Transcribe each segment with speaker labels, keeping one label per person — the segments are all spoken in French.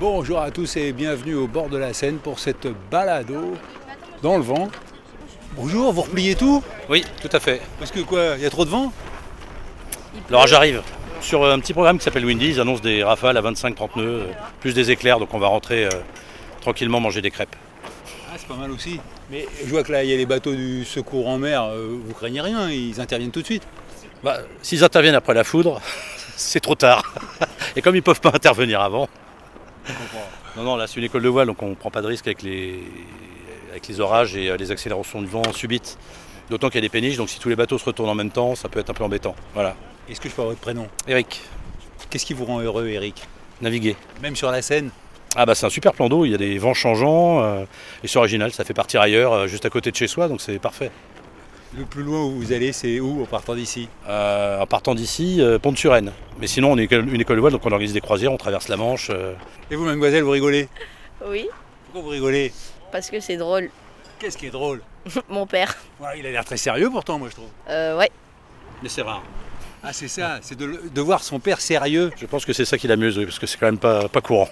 Speaker 1: Bonjour à tous et bienvenue au bord de la Seine pour cette balado dans le vent. Bonjour, vous repliez tout
Speaker 2: Oui, tout à fait.
Speaker 1: Parce que quoi, il y a trop de vent
Speaker 2: Alors j'arrive sur euh, un petit programme qui s'appelle Windy, ils annoncent des rafales à 25-30 nœuds, euh, plus des éclairs, donc on va rentrer euh, tranquillement manger des crêpes.
Speaker 1: Ah, c'est pas mal aussi. Mais je vois que là, il y a les bateaux du secours en mer, euh, vous craignez rien, ils interviennent tout de suite.
Speaker 2: Bah, S'ils interviennent après la foudre, c'est trop tard. Et comme ils peuvent pas intervenir avant, non, non, là c'est une école de voile, donc on prend pas de risque avec les, avec les orages et euh, les accélérations de vent subites. D'autant qu'il y a des péniches, donc si tous les bateaux se retournent en même temps, ça peut être un peu embêtant. Voilà.
Speaker 1: Est-ce que je peux avoir votre prénom
Speaker 2: Eric,
Speaker 1: Qu'est-ce qui vous rend heureux, Eric
Speaker 2: naviguer.
Speaker 1: Même sur la Seine
Speaker 2: Ah bah c'est un super plan d'eau, il y a des vents changeants, euh, et c'est original, ça fait partir ailleurs, euh, juste à côté de chez soi, donc c'est parfait.
Speaker 1: Le plus loin où vous allez, c'est où en partant d'ici
Speaker 2: Euh, en partant d'ici, euh, Pont de Suresnes. Mais sinon, on est école- une école de voile, donc on organise des croisières, on traverse la Manche. euh.
Speaker 1: Et vous, mademoiselle, vous rigolez
Speaker 3: Oui,
Speaker 1: Pourquoi vous rigolez
Speaker 3: parce que c'est drôle.
Speaker 1: Qu'est-ce qui est drôle
Speaker 3: Mon père.
Speaker 1: Voilà, Il a l'air très sérieux pourtant, moi, je trouve.
Speaker 3: Euh, ouais.
Speaker 2: Mais c'est rare.
Speaker 1: Ah, c'est ça, c'est de, le- de voir son père sérieux.
Speaker 2: Je pense que c'est ça qui l'amuse, oui, parce que c'est quand même pas, pas courant.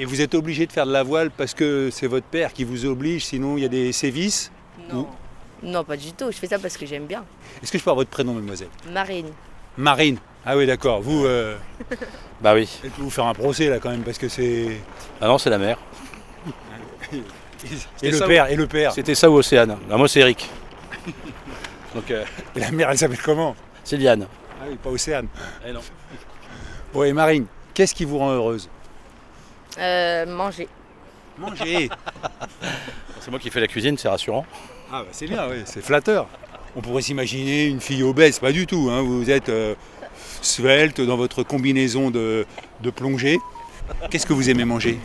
Speaker 1: Et vous êtes obligé de faire de la voile parce que c'est votre père qui vous oblige, sinon il y a des sévices. Non.
Speaker 3: Non, pas du tout. Je fais ça parce que j'aime bien.
Speaker 1: Est-ce que je peux avoir votre prénom, mademoiselle
Speaker 3: Marine.
Speaker 1: Marine. Ah oui, d'accord. Vous, euh,
Speaker 2: Bah oui.
Speaker 1: elle peut vous faire un procès là quand même parce que c'est.
Speaker 2: Ah non, c'est la mer.
Speaker 1: Et le
Speaker 2: ça,
Speaker 1: père, et le père.
Speaker 2: C'était ça ou Océane. Ah, moi, c'est Eric. donc, euh,
Speaker 1: Et la mère, elle s'appelle comment
Speaker 2: c'est Liane.
Speaker 1: Ah oui, pas Océane.
Speaker 2: Eh non.
Speaker 1: Bon, et Marine, qu'est-ce qui vous rend heureuse
Speaker 3: Euh, manger.
Speaker 1: Manger.
Speaker 2: C'est moi qui fais la cuisine, c'est rassurant.
Speaker 1: ah bah c'est bien, oui, c'est flatteur. On pourrait s'imaginer une fille obèse, pas du tout. hein. Vous êtes euh, svelte dans votre combinaison de, de plongée. Qu'est-ce que vous aimez manger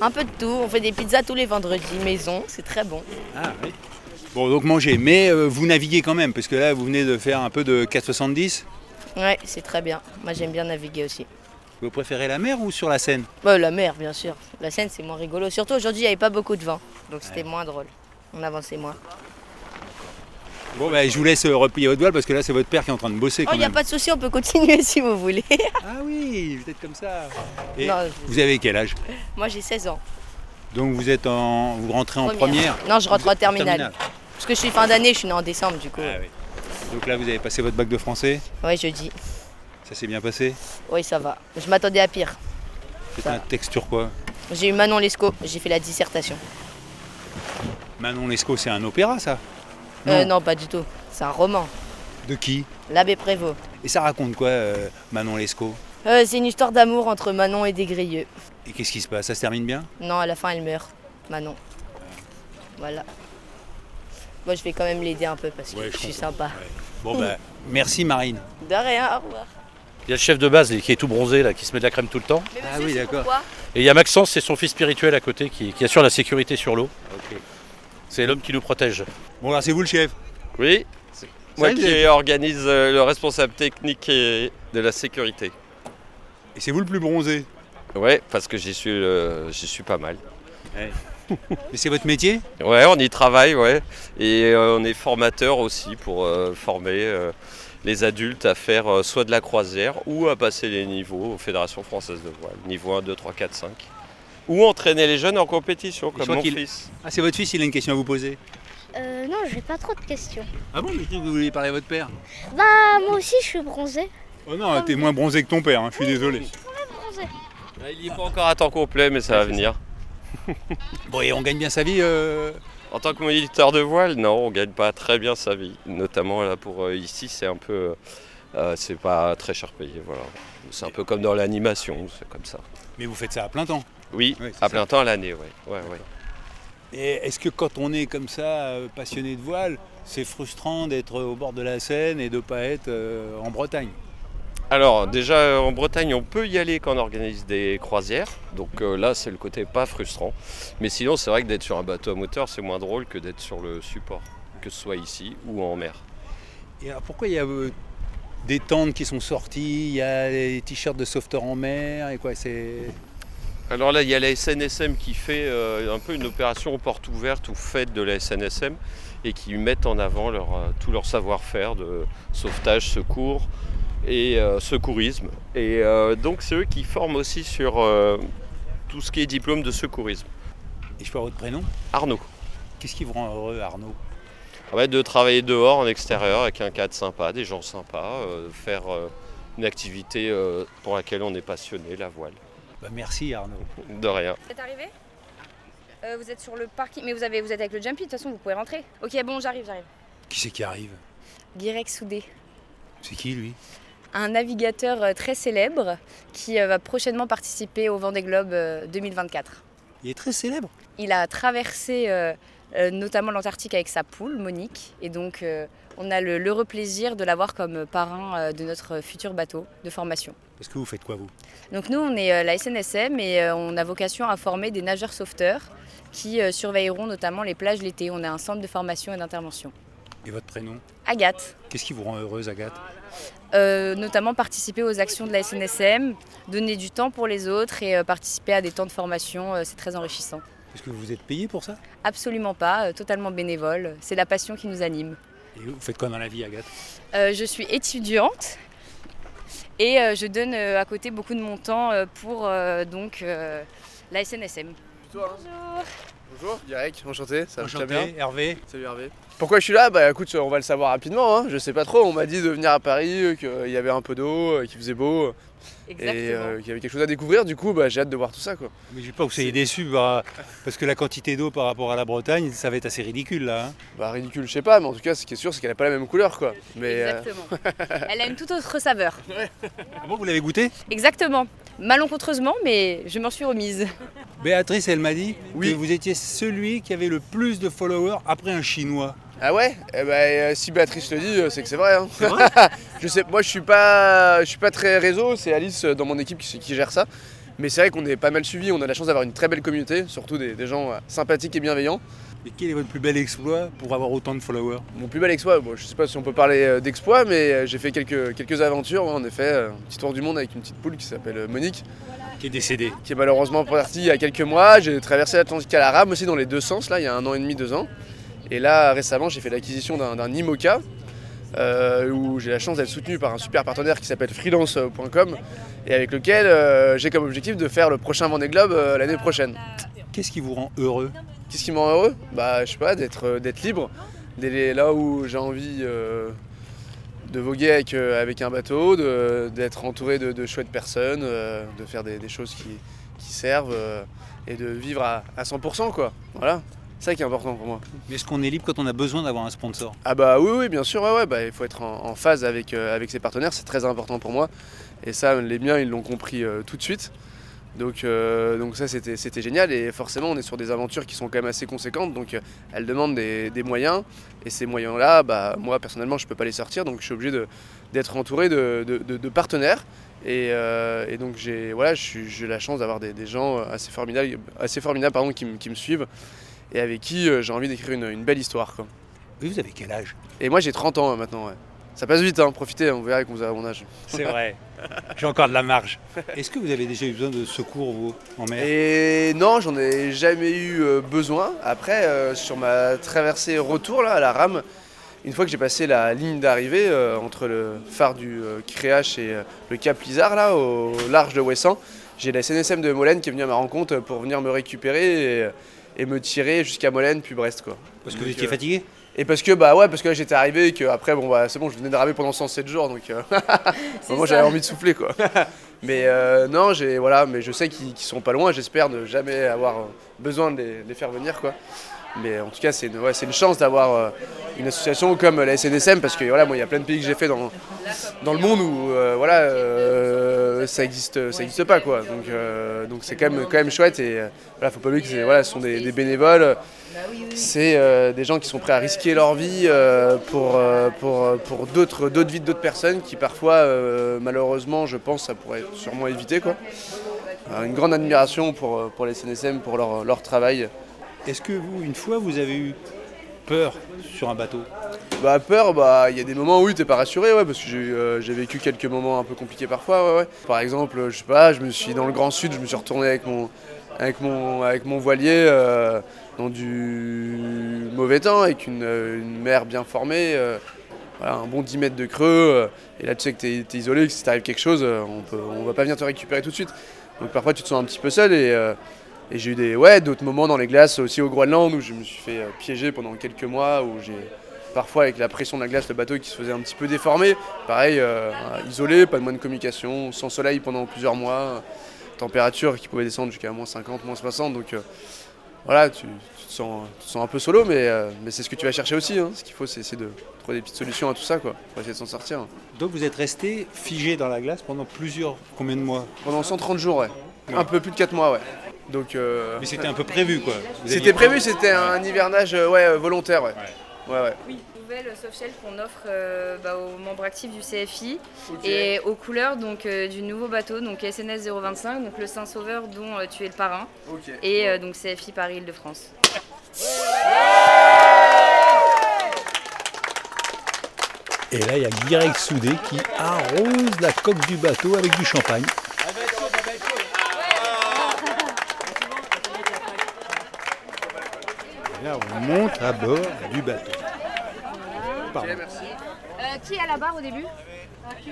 Speaker 3: Un peu de tout. On fait des pizzas tous les vendredis maison. C'est très bon.
Speaker 1: Ah oui. Bon, donc manger, mais euh, vous naviguez quand même, parce que là, vous venez de faire un peu de 470.
Speaker 3: Ouais, c'est très bien. Moi, j'aime bien naviguer aussi.
Speaker 1: Vous préférez la mer ou sur la Seine
Speaker 3: Bah, la mer, bien sûr. La Seine, c'est moins rigolo. Surtout aujourd'hui, il n'y avait pas beaucoup de vent. Donc, c'était moins drôle. On avançait moins.
Speaker 1: Bon, bah, je vous laisse euh, replier votre voile, parce que là, c'est votre père qui est en train de bosser
Speaker 3: Oh,
Speaker 1: quand
Speaker 3: il n'y a
Speaker 1: même.
Speaker 3: pas de souci. On peut continuer si vous voulez.
Speaker 1: Ah oui, vous êtes comme ça. Et
Speaker 3: Non, je-
Speaker 1: vous avez quel âge
Speaker 3: Moi, j'ai 16 ans.
Speaker 1: Donc vous êtes en, vous rentrez en première.
Speaker 3: Non, je rentre
Speaker 1: Vous
Speaker 3: en
Speaker 1: êtes
Speaker 3: terminale. Parce que je suis fin d'année. Je suis née en décembre, du coup.
Speaker 1: Ah oui. Donc là, vous avez passé votre bac de français.
Speaker 3: Ouais, jeudi.
Speaker 1: Ça s'est bien passé.
Speaker 3: Oui, ça va. Je m'attendais à pire.
Speaker 1: C'était
Speaker 3: Ça
Speaker 1: un texte sur quoi
Speaker 3: J'ai eu Manon Lescaut, j'ai fait la dissertation.
Speaker 1: Manon Lescaut, c'est un opéra, ça
Speaker 3: Non, euh, non pas du tout. C'est un roman.
Speaker 1: De qui
Speaker 3: L'abbé Prévost.
Speaker 1: Et ça raconte quoi, euh, Manon Lescaut
Speaker 3: Euh, c'est une histoire d'amour entre Manon et Desgrieux.
Speaker 1: Et qu'est-ce qui se passe Ça se termine bien
Speaker 3: Non, à la fin, elle meurt, Manon. Voilà. Moi, je vais quand même l'aider un peu parce que
Speaker 1: Ouais, je
Speaker 3: je, suis
Speaker 1: comprends.
Speaker 3: sympa.
Speaker 1: Bon, bah, merci Marine.
Speaker 3: De rien, au revoir.
Speaker 2: Il y a le chef de base là, qui est tout bronzé, là, qui se met de la crème tout le temps.
Speaker 3: Mais
Speaker 1: Ah monsieur, oui, c'est d'accord.
Speaker 2: Et il y a Maxence, c'est son fils spirituel à côté, qui, qui assure la sécurité sur l'eau. C'est l'homme qui nous protège.
Speaker 1: Bon, alors c'est vous le chef.
Speaker 4: Oui, moi
Speaker 1: vrai que
Speaker 4: qui
Speaker 1: vous
Speaker 4: organise euh, le responsable technique et de la sécurité.
Speaker 1: Et c'est vous le plus bronzé.
Speaker 4: Ouais, parce que j'y suis, euh, j'y suis pas mal.
Speaker 1: Mais c'est votre métier
Speaker 4: Ouais, on y travaille, ouais. Et euh, on est formateur aussi pour euh, former euh, les adultes à faire euh, soit de la croisière ou à passer les niveaux aux fédérations françaises de voile, niveau 1, 2, 3, 4, 5. Ou entraîner les jeunes en compétition,
Speaker 1: je
Speaker 4: comme
Speaker 1: crois
Speaker 4: mon
Speaker 1: qu'il-
Speaker 4: fils.
Speaker 1: Ah, c'est votre fils, il a une question à vous poser.
Speaker 5: Euh, non, j'ai pas trop de questions.
Speaker 1: Ah bon, mais que vous voulez parler à votre père
Speaker 5: Bah, moi aussi, je suis bronzée.
Speaker 1: Oh non, t'es moins bronzé que ton père, hein, je suis désolé.
Speaker 5: Bronzée.
Speaker 4: Ah, Il n'y est pas encore à temps complet, mais ça va venir.
Speaker 1: Bon, et on gagne bien sa vie euh,
Speaker 4: En tant que moniteur de voile, non, on gagne pas très bien sa vie. Notamment là pour euh, ici, c'est un peu, euh, c'est pas très cher payé, voilà. C'est un peu comme dans l'animation, c'est comme ça.
Speaker 1: Mais vous faites ça à plein temps.
Speaker 4: Oui,
Speaker 1: Oui, c'est
Speaker 4: à
Speaker 1: ça.
Speaker 4: plein temps à l'année, ouais. ouais, ouais.
Speaker 1: Et est-ce que quand on est comme ça, euh, passionné de voile, c'est frustrant d'être au bord de la Seine et de ne pas être euh, en Bretagne.
Speaker 4: Alors déjà euh, en Bretagne on peut y aller quand on organise des croisières, donc euh, là c'est le côté pas frustrant. Mais sinon c'est vrai que d'être sur un bateau à moteur c'est moins drôle que d'être sur le support, que ce soit ici ou en mer.
Speaker 1: Et alors pourquoi il y a euh, des tentes qui sont sorties, il y a des t-shirts de sauveteurs en mer et quoi c'est...
Speaker 4: Alors là il y a la SNSM qui fait euh, un peu une opération porte ouverte ou fête de la SNSM et qui mettent en avant leur, euh, tout leur savoir-faire de sauvetage, secours et euh, secourisme. Et euh, donc c'est eux qui forment aussi sur euh, tout ce qui est diplôme de secourisme.
Speaker 1: Et je peux avoir votre prénom
Speaker 4: Arnaud.
Speaker 1: Qu'est-ce qui vous rend heureux Arnaud
Speaker 4: Ah ouais, de travailler dehors, en extérieur, avec un cadre sympa, des gens sympas, euh, faire euh, une activité euh, pour laquelle on est passionné, la voile.
Speaker 1: Bah, Merci Arnaud.
Speaker 4: De rien.
Speaker 6: Vous êtes arrivé Euh, Vous êtes sur le parking, mais vous, avez, vous êtes avec le jumpy, de toute façon vous pouvez rentrer. Ok, bon, j'arrive, j'arrive.
Speaker 1: Qui c'est qui arrive
Speaker 6: Guirec Soudé,
Speaker 1: C'est qui lui
Speaker 6: un navigateur euh, très célèbre qui euh, va prochainement participer au Vendée Globe euh, 2024.
Speaker 1: Il est très célèbre.
Speaker 6: Il a traversé euh, euh, notamment l'Antarctique avec sa poule, Monique, et donc euh, on a le- l'heureux plaisir de l'avoir comme parrain euh, de notre futur bateau de formation.
Speaker 1: Parce que vous faites quoi vous
Speaker 6: Donc nous, on est euh, la SNSM et euh, on a vocation à former des nageurs sauveteurs qui euh, surveilleront notamment les plages l'été. On a un centre de formation et d'intervention.
Speaker 1: Et votre prénom
Speaker 6: Agathe,
Speaker 1: Qu'est-ce qui vous rend heureuse Agathe
Speaker 6: euh, notamment participer aux actions de la SNSM, donner du temps pour les autres et euh, participer à des temps de formation, euh, c'est très enrichissant.
Speaker 1: Est-ce que vous êtes payé pour ça
Speaker 6: Absolument pas, euh, totalement bénévole, c'est la passion qui nous anime.
Speaker 1: Et vous faites quoi dans la vie Agathe
Speaker 6: Euh, je suis étudiante et euh, je donne euh, à côté beaucoup de mon temps euh, pour euh, donc euh, la SNSM.
Speaker 7: Bonjour. Bonjour, Yarek, enchanté, ça va très bien.
Speaker 1: Hervé.
Speaker 7: Salut Hervé. Pourquoi je suis là Bah écoute, on va le savoir rapidement, hein. je sais pas trop. On m'a dit de venir à Paris, euh, qu'il y avait un peu d'eau, euh, qu'il faisait beau, euh, et euh, qu'il y avait quelque chose à découvrir, du coup bah, j'ai hâte de voir tout ça quoi.
Speaker 1: Mais je sais pas, vous soyez déçu bah, parce que la quantité d'eau par rapport à la Bretagne, ça va être assez ridicule là. hein.
Speaker 7: Bah ridicule, je sais pas, mais en tout cas ce qui est sûr c'est qu'elle a pas la même couleur quoi. Mais euh,
Speaker 6: Exactement. Elle a une toute autre saveur.
Speaker 1: Ah bon, vous l'avez goûté
Speaker 6: Exactement. Malencontreusement, mais je m'en suis remise.
Speaker 1: Béatrice, elle m'a dit
Speaker 7: Oui.
Speaker 1: que vous étiez celui qui avait le plus de followers après un Chinois.
Speaker 7: Ah ouais Eh bah, euh, si Béatrice le dit, euh, c'est que c'est vrai. hein. je sais, moi je suis pas, je suis pas très réseau, c'est Alice euh, dans mon équipe qui, qui gère ça. Mais c'est vrai qu'on est pas mal suivi, on a la chance d'avoir une très belle communauté, surtout des- des gens euh, sympathiques et bienveillants.
Speaker 1: Et quel est votre plus bel exploit pour avoir autant de followers
Speaker 7: Mon plus bel exploit, bon, je sais pas si on peut parler euh, d'exploit, mais euh, j'ai fait quelques, quelques aventures, ouais, en effet, euh, un petit tour du monde avec une petite poule qui s'appelle euh, Monique,
Speaker 1: Qui est décédé.
Speaker 7: qui est malheureusement partie il y a quelques mois. J'ai traversé l'Atlantique à la rame aussi dans les deux sens, là, il y a un an et demi, deux ans. Et là, récemment, j'ai fait l'acquisition d'un d'un IMOCA, euh, où j'ai la chance d'être soutenu par un super partenaire qui s'appelle freelance.com, et avec lequel euh, j'ai comme objectif de faire le prochain Vendée Globe euh, l'année prochaine.
Speaker 1: Qu'est-ce qui vous rend heureux
Speaker 7: Qu'est-ce qui me rend heureux Bah, je sais pas, d'être euh, d'être libre, d'aller là où j'ai envie euh, de voguer avec, euh, avec un bateau, de- d'être entouré de, de chouettes personnes, euh, de faire des, des choses qui, qui servent euh, et de vivre à, à 100%, quoi. Voilà, c'est ça qui est important pour moi.
Speaker 1: Mais est-ce qu'on est libre quand on a besoin d'avoir un sponsor
Speaker 7: Ah, bah oui, oui, bien sûr, ouais, ouais, bah, il faut être en, en phase avec, euh, avec ses partenaires, c'est très important pour moi. Et ça, les miens, ils l'ont compris euh, tout de suite. Donc, euh, donc ça c'était c'était génial et forcément on est sur des aventures qui sont quand même assez conséquentes donc euh, elles demandent des, des moyens et ces moyens là bah moi personnellement je peux pas les sortir donc je suis obligé de- d'être entouré de, de- de- de partenaires et, euh, et donc j'ai voilà je suis- j'ai la chance d'avoir des, des gens assez formidables assez formidables pardon qui, me- qui me suivent et avec qui euh, j'ai envie d'écrire une, une belle histoire quoi.
Speaker 1: Oui, vous avez quel âge
Speaker 7: Et moi j'ai 30 ans euh, maintenant ouais. Ça passe vite hein, profitez, on verra qu'on vous mon âge.
Speaker 1: C'est vrai. J'ai encore de la marge. Est-ce que vous avez déjà eu besoin de secours, vous, en mer
Speaker 7: Et non, j'en ai jamais eu euh, besoin. Après, euh, sur ma traversée retour là, à la rame, une fois que j'ai passé la ligne d'arrivée euh, entre le phare du euh, Créache et euh, le Cap Lizard là, au large de Ouessant, j'ai la CNSM de Molène qui est venue à ma rencontre euh, pour venir me récupérer et, et me tirer jusqu'à Molène puis Brest quoi.
Speaker 1: Parce que
Speaker 7: Donc,
Speaker 1: vous étiez
Speaker 7: euh,
Speaker 1: fatigué
Speaker 7: Et parce que bah ouais, parce que là, j'étais arrivé et que après bon bah c'est bon, je venais de ramer pendant 107 jours donc euh, moi j'avais envie de souffler quoi. mais euh, non, j'ai euh, voilà, mais je sais qu'ils qu'ils sont pas loin, j'espère ne jamais avoir besoin de les, les faire venir quoi. Mais en tout cas, c'est une, ouais, c'est une chance d'avoir euh, une association comme la SNSM parce que voilà, moi, il y a plein de pays que j'ai fait dans, dans le monde où euh, voilà, euh, ça existe, ça existe pas quoi. Donc, euh, donc c'est quand même, quand même chouette et euh, voilà, faut pas oublier que c'est- voilà, ce sont des, des bénévoles, c'est euh, des gens qui sont prêts à risquer leur vie euh, pour, euh, pour, euh, pour d'autres, d'autres vies, d'autres personnes qui parfois, euh, malheureusement, je pense, ça pourrait être sûrement éviter quoi. Euh, Une grande admiration pour, euh, pour les CNSM, pour leur, leur travail.
Speaker 1: Est-ce que vous, une fois, vous avez eu peur sur un bateau
Speaker 7: Bah peur, bah il y a des moments où t'es pas rassuré, ouais, parce que j'ai eu, euh, j'ai vécu quelques moments un peu compliqués parfois, ouais, ouais. Par exemple, euh, je sais pas, je me suis dans le Grand Sud, je me suis retourné avec mon avec mon avec mon voilier euh, dans du mauvais temps, avec une, euh, une mer bien formée, euh, voilà, un bon 10 mètres de creux, euh, et là tu sais que t'es es isolé, que si t'arrive quelque chose, euh, on peut, on va pas venir te récupérer tout de suite. Donc parfois tu te sens un petit peu seul et euh, et j'ai eu des ouais d'autres moments dans les glaces aussi au Groenland où je me suis fait euh, piéger pendant quelques mois où j'ai parfois avec la pression de la glace, le bateau qui se faisait un petit peu déformer. Pareil, euh, isolé, pas de moyens de communication, sans soleil pendant plusieurs mois, euh, température qui pouvait descendre jusqu'à moins 50, moins 60. Donc euh, voilà, tu, tu te sens, tu te sens un peu solo, mais, euh, mais c'est ce que tu vas chercher aussi. hein. Ce qu'il faut, c'est essayer de trouver des petites solutions à tout ça, quoi, pour essayer de s'en sortir.
Speaker 1: Donc vous êtes resté figé dans la glace pendant plusieurs, combien de mois
Speaker 7: Pendant 130 jours, ouais. Un peu plus de 4 mois, ouais. Donc euh,
Speaker 1: Mais c'était un peu prévu quoi. Vous aviez
Speaker 7: c'était prévu,
Speaker 1: peur.
Speaker 7: c'était un hivernage euh, ouais, euh, volontaire, ouais. Ouais, ouais.
Speaker 6: Oui, nouvelle soft shell qu'on offre euh, bah, aux membres actifs du CFI et aux couleurs donc, euh, du nouveau bateau, donc SNS 025, donc le Saint-Sauveur dont euh, tu es le parrain, et euh, donc CFI Paris-Île-de-France.
Speaker 8: Et là, il y a Guirec Soudé qui arrose la coque du bateau avec du champagne.
Speaker 1: Là, on monte à bord du bateau. Pardon.
Speaker 3: Euh, qui est à la barre au début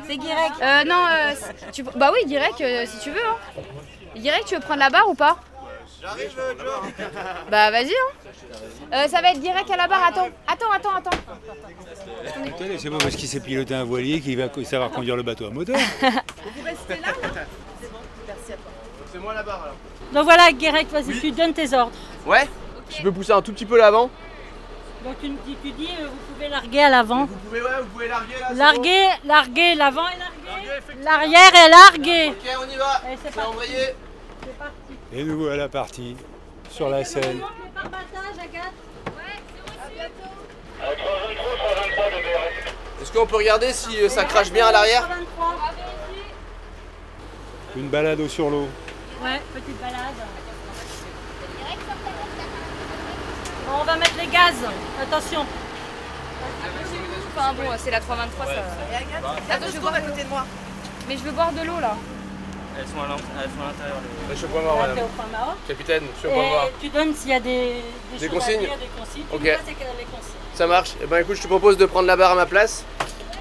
Speaker 3: C'est Guirec. Euh, non, euh, si- tu- bah oui, Guirec, euh, si tu veux. Hein. Guirec, tu veux prendre la barre ou pas J'arrive, Bah vas-y. Hein. Euh, ça va être Guirec à la barre. Attends, attends, attends, attends.
Speaker 1: Attendez, C'est bon parce qu'il sait piloter un voilier qu'il va savoir conduire le bateau à moteur.
Speaker 7: C'est moi la barre alors.
Speaker 9: Donc voilà, Guérec, vas-y, tu donnes tes ordres.
Speaker 7: Ouais Tu peux pousser un tout petit peu l'avant
Speaker 9: Donc tu, tu- tu dis, euh, vous pouvez larguer à l'avant.
Speaker 7: Vous pouvez, ouais, vous pouvez larguer là.
Speaker 9: Larguer, larguer, l'avant est largué. L'arrière est largué.
Speaker 7: Ok, on y va.
Speaker 9: Allez, c'est parti. C'est parti.
Speaker 1: Et nous voilà partis sur la
Speaker 9: Tu me
Speaker 1: scène.
Speaker 9: montres le barbattage, Agathe
Speaker 7: Est-ce qu'on peut regarder si euh, ça crache bien à l'arrière
Speaker 9: 23.
Speaker 1: Une balade au sur l'eau.
Speaker 9: Ouais, petite balade. Bon, on va mettre les gaz. Attention.
Speaker 6: Enfin bon, Ah, bah, hein, c'est la 323 ça. Attends, je vais boire à côté de moi. Mais je veux boire de l'eau là.
Speaker 7: Je vois voir,
Speaker 9: Là, t'es au point mort.
Speaker 7: Capitaine, je
Speaker 9: Et tu donnes s'il y a des, des, choses à
Speaker 7: consignes
Speaker 9: dire, des consignes. Tu
Speaker 7: Ok.
Speaker 9: me passes les les consignes.
Speaker 7: Ça marche. Eh ben écoute, je te propose de prendre la barre à ma place.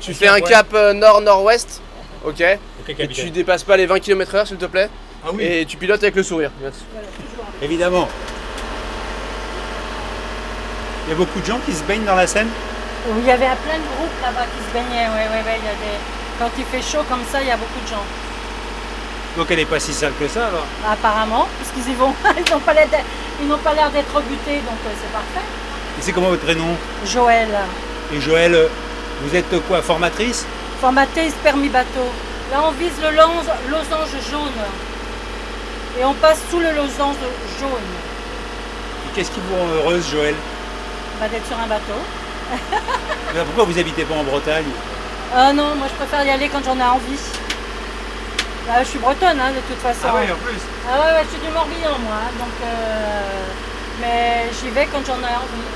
Speaker 7: Tu fais un cap euh, nord-nord-ouest. Ok. Et tu dépasses pas les 20 km/h s'il te plaît.
Speaker 1: Ah
Speaker 7: Et tu pilotes avec le sourire. Merci.
Speaker 1: Évidemment. Il y a beaucoup de gens qui se baignent dans la Seine.
Speaker 9: Oh, Il y avait plein de groupes là-bas qui se baignaient. Ouais, ouais, ouais, il y a des... Quand il fait chaud comme ça, il y a beaucoup de gens.
Speaker 1: Donc elle n'est pas si sale que ça alors.
Speaker 9: Apparemment, parce qu'ils y vont. Ils n'ont pas l'air d'être- ils n'ont pas l'air d'être butés, donc euh, c'est parfait.
Speaker 1: Et c'est comment votre prénom
Speaker 9: Joël,
Speaker 1: Et Joël, euh, vous êtes quoi, formatrice
Speaker 9: formaté permis bateau. Là, on vise le lons- losange jaune. Et on passe sous le losange jaune.
Speaker 1: Et qu'est-ce qui vous rend heureuse, Joël
Speaker 9: Bah, d'être sur un bateau.
Speaker 1: Mais ben, Pourquoi vous habitez pas en Bretagne
Speaker 9: Ah non, moi je préfère y aller quand j'en ai envie. Bah, je suis bretonne hein, de toute façon.
Speaker 1: en plus.
Speaker 9: Ah ouais, ouais, je suis du Morbihan moi. hein, Donc, euh, mais j'y vais quand j'en ai envie.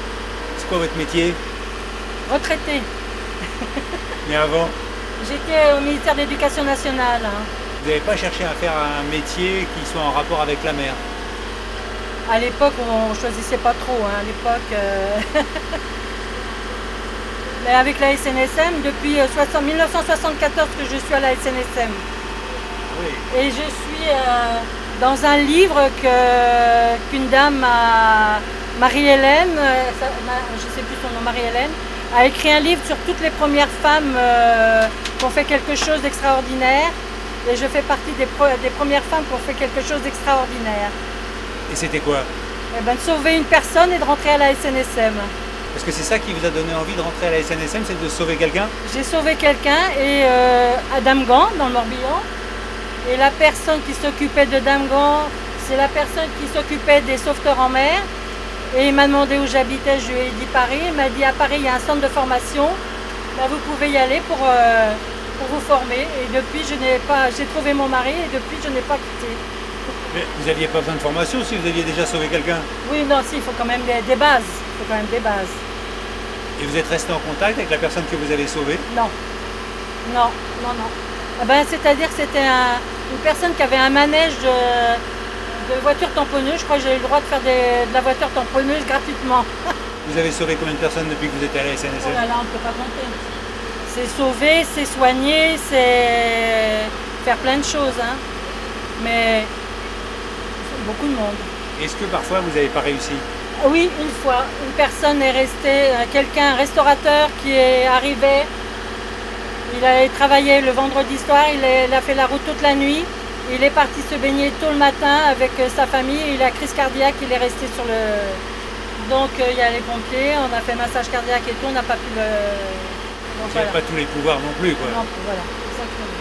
Speaker 1: C'est quoi votre métier
Speaker 9: Retraité.
Speaker 1: Mais avant,
Speaker 9: J'étais au ministère de l'Éducation nationale. hein.
Speaker 1: vous n'avez pas cherché à faire un métier qui soit en rapport avec la mer.
Speaker 9: À l'époque, on choisissait pas trop. hein, À l'époque. euh, Mais avec la SNSM, depuis euh, 60 1974 que je suis à la SNSM.
Speaker 1: Oui.
Speaker 9: Et je suis euh, dans un livre que, qu'une dame, m'a- Marie-Hélène, euh, ça- ma- je ne sais plus son nom, Marie-Hélène, a écrit un livre sur toutes les premières femmes euh, qui ont fait quelque chose d'extraordinaire. Et je fais partie des, pro- des premières femmes qui ont fait quelque chose d'extraordinaire.
Speaker 1: Et c'était quoi
Speaker 9: Euh, eh ben, de sauver une personne et de rentrer à la SNSM.
Speaker 10: Parce que c'est ça qui vous a donné envie de rentrer à la SNSM, c'est de sauver quelqu'un
Speaker 9: J'ai sauvé quelqu'un et euh, à Damgan, dans le Morbihan. Et la personne qui s'occupait de Damgan, c'est la personne qui s'occupait des sauveteurs en mer. Et il m'a demandé où j'habitais, je lui ai dit Paris. Il m'a dit à Paris, il y a un centre de formation. Là, vous pouvez y aller pour, euh, pour vous former. Et depuis, je n'ai pas, j'ai trouvé mon mari et depuis, je n'ai pas quitté.
Speaker 10: Mais vous n'aviez pas besoin de formation si vous aviez déjà sauvé quelqu'un.
Speaker 9: Oui, non, si, il faut quand même des, des bases. Il faut quand même des bases.
Speaker 10: Et vous êtes resté en contact avec la personne que vous avez sauvée
Speaker 9: Non. Non, non, non. Ah ben, C'est-à-dire que c'était un- une personne qui avait un manège de, de voiture tamponneuse. Je crois que j'ai eu le droit de faire des- de la voiture tamponneuse gratuitement.
Speaker 10: Vous avez sauvé combien de personnes depuis que vous êtes à la SNSM
Speaker 9: Oh là là, on ne peut pas compter. C'est sauver, c'est soigner, c'est faire plein de choses. hein. Mais beaucoup de monde.
Speaker 10: Est-ce que parfois vous n'avez pas réussi
Speaker 9: Oui, une fois, une personne est restée, euh, quelqu'un, un restaurateur qui est arrivé. Il a travaillé le vendredi soir, il est- il a fait la route toute la nuit. Il est parti se baigner tôt le matin avec euh, sa famille. Il a crise cardiaque, il est resté sur le. Donc euh, il y a les pompiers, on a fait massage cardiaque et tout, on n'a pas pu le. Donc,
Speaker 10: Vous
Speaker 9: voilà.
Speaker 10: n'avez pas tous les pouvoirs non plus quoi.
Speaker 9: Non, voilà, exactement.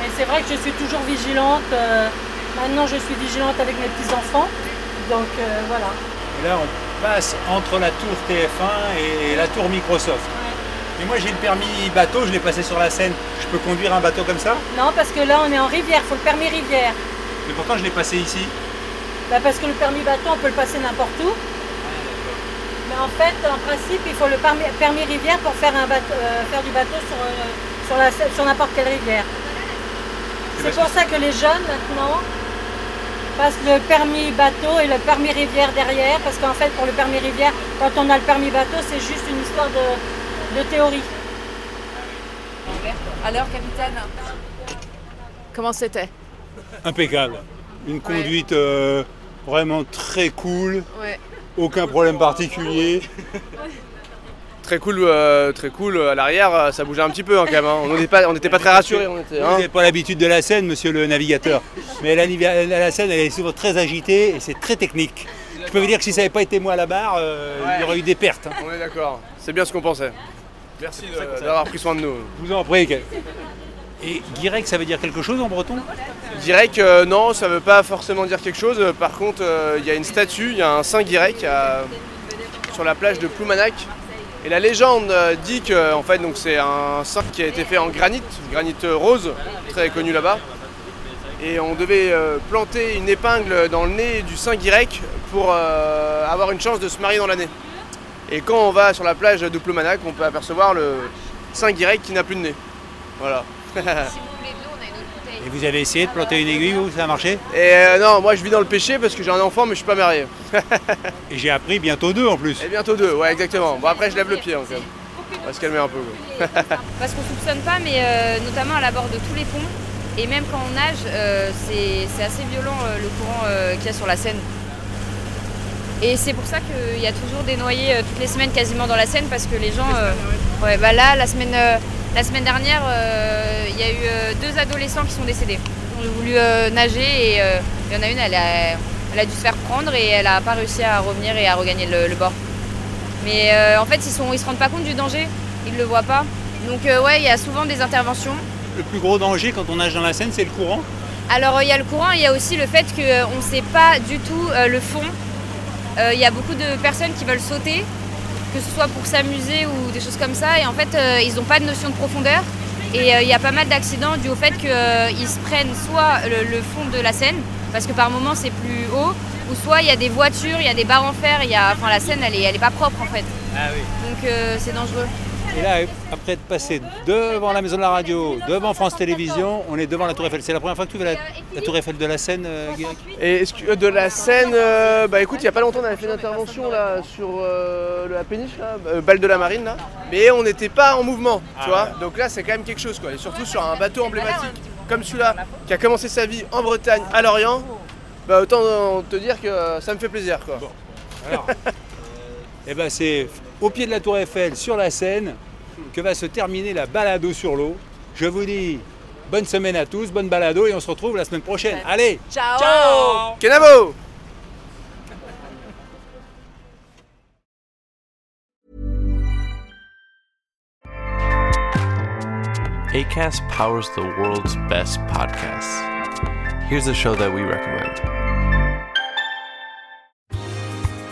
Speaker 9: Mais c'est vrai que je suis toujours vigilante. euh, maintenant, je suis vigilante avec mes petits-enfants. Donc euh, voilà.
Speaker 10: Et là on passe entre la tour TF1 et la tour Microsoft. Et moi j'ai le permis bateau, je l'ai passé sur la Seine. Je peux conduire un bateau comme ça
Speaker 9: Non, parce que là, on est en rivière, faut le permis rivière.
Speaker 10: Mais pourtant je l'ai passé ici.
Speaker 9: Bah, parce que le permis bateau, on peut le passer n'importe où. Mais en fait, en principe, il faut le permis, permis rivière pour faire, un bateau, euh, faire du bateau sur, euh, sur, la, sur n'importe quelle rivière. C'est pour ça que les jeunes, maintenant, passent le permis bateau et le permis rivière derrière. Parce qu'en fait, pour le permis rivière, quand on a le permis bateau, c'est juste une histoire de, de théorie.
Speaker 11: Alors, capitaine, comment c'était
Speaker 1: Impeccable. Une conduite euh, vraiment très cool.
Speaker 11: Ouais.
Speaker 1: Aucun problème particulier.
Speaker 7: Très cool, euh, très cool. euh, À l'arrière, euh, ça bougeait un petit peu hein, quand même. hein. On n'était pas, on n'était pas très rassurés. On était, hein.
Speaker 1: Vous n'avez pas l'habitude de la scène, monsieur le navigateur. Mais la, nivi- la- la scène, elle est souvent très agitée et c'est très technique. Je peux vous dire que si ça n'avait pas été moi à la barre, euh, il y aurait eu des pertes. hein.
Speaker 7: On est d'accord. C'est bien ce qu'on pensait. Merci de- d'avoir pris soin de nous.
Speaker 1: Je vous en prie. Et Guirec, ça veut dire quelque chose en breton
Speaker 7: Guirec, euh, non, ça veut pas forcément dire quelque chose. Euh, Par contre, euh, il y a une statue, il y a un saint Guirec à- sur la plage de Ploumanac. Et la légende euh, dit que en fait, donc, c'est un saint qui a été fait en granit, granit euh, rose, très connu là-bas. Et on devait euh, planter une épingle dans le nez du saint Guirec pour euh, avoir une chance de se marier dans l'année. Et quand on va sur la plage de Ploumanac, on peut apercevoir le saint Guirec qui n'a plus de nez. Voilà.
Speaker 1: Et vous avez essayé de planter une aiguille, vous, ça a marché
Speaker 7: Et euh, non, moi je vis dans le péché parce que j'ai un enfant mais je suis pas marié.
Speaker 1: Et j'ai appris bientôt deux en plus.
Speaker 7: Et bientôt deux, ouais exactement. Bon après je lève le pied hein, quand même. On va se calmer un peu. quoi.
Speaker 6: Parce qu'on soupçonne pas, mais euh, notamment à la bord de tous les ponts, et même quand on nage, euh, c'est c'est assez violent euh, le courant euh, qu'il y a sur la Seine. Et c'est pour ça qu'il y a toujours des noyés euh, toutes les semaines quasiment dans la Seine, parce que les gens. euh, ouais, bah là, la semaine, euh, la semaine dernière, euh, il y a eu euh, deux adolescents qui sont décédés. Ils ont voulu euh, nager et euh, il y en a une, elle a, elle a dû se faire prendre et elle a pas réussi à revenir et à regagner le- le bord. Mais euh, en fait, ils sont, ils se rendent pas compte du danger, ils le voient pas. Donc euh, ouais, il y a souvent des interventions.
Speaker 10: Le plus gros danger quand on nage dans la Seine, c'est le courant.
Speaker 6: Alors euh, il y a le courant, il y a aussi le fait qu'on ne sait pas du tout euh, le fond. Euh, Il y a beaucoup de personnes qui veulent sauter, que ce soit pour s'amuser ou des choses comme ça, et en fait euh, ils n'ont pas de notion de profondeur. Et euh, il y a pas mal d'accidents dus au fait qu'ils se prennent soit le, le fond de la Seine, parce que par moments c'est plus haut, ou soit il y a des voitures, il y a des barres en fer, il y a... enfin la Seine elle est, elle est pas propre en fait.
Speaker 1: Ah oui.
Speaker 6: Donc euh, c'est dangereux.
Speaker 1: Et là, après être passé devant la maison de la radio, devant France Télévisions, on est devant la Tour Eiffel. C'est la première fois que tu vas la, la Tour Eiffel de la Seine, euh, Guirec
Speaker 7: Et est-ce que- euh, de la scène, euh, bah écoute, il y a pas longtemps on avait fait une intervention là sur euh, la péniche là, euh, balle de la marine là, mais on n'était pas en mouvement, tu
Speaker 10: Ah
Speaker 7: vois.
Speaker 10: ouais.
Speaker 7: Donc là c'est quand même quelque chose quoi, et surtout sur un bateau emblématique comme celui-là qui a commencé sa vie en Bretagne, à Lorient. Bah autant euh, te dire que euh, ça me fait plaisir quoi.
Speaker 1: Eh ben c'est au pied de la Tour Eiffel, sur la Seine, que va se terminer la balado sur l'eau. Je vous dis bonne semaine à tous, bonne balado et on se retrouve la semaine prochaine. Allez
Speaker 11: Ciao.
Speaker 1: Ciao
Speaker 7: Kenabo
Speaker 12: ACAST powers the world's best podcasts. Here's a show that we recommend.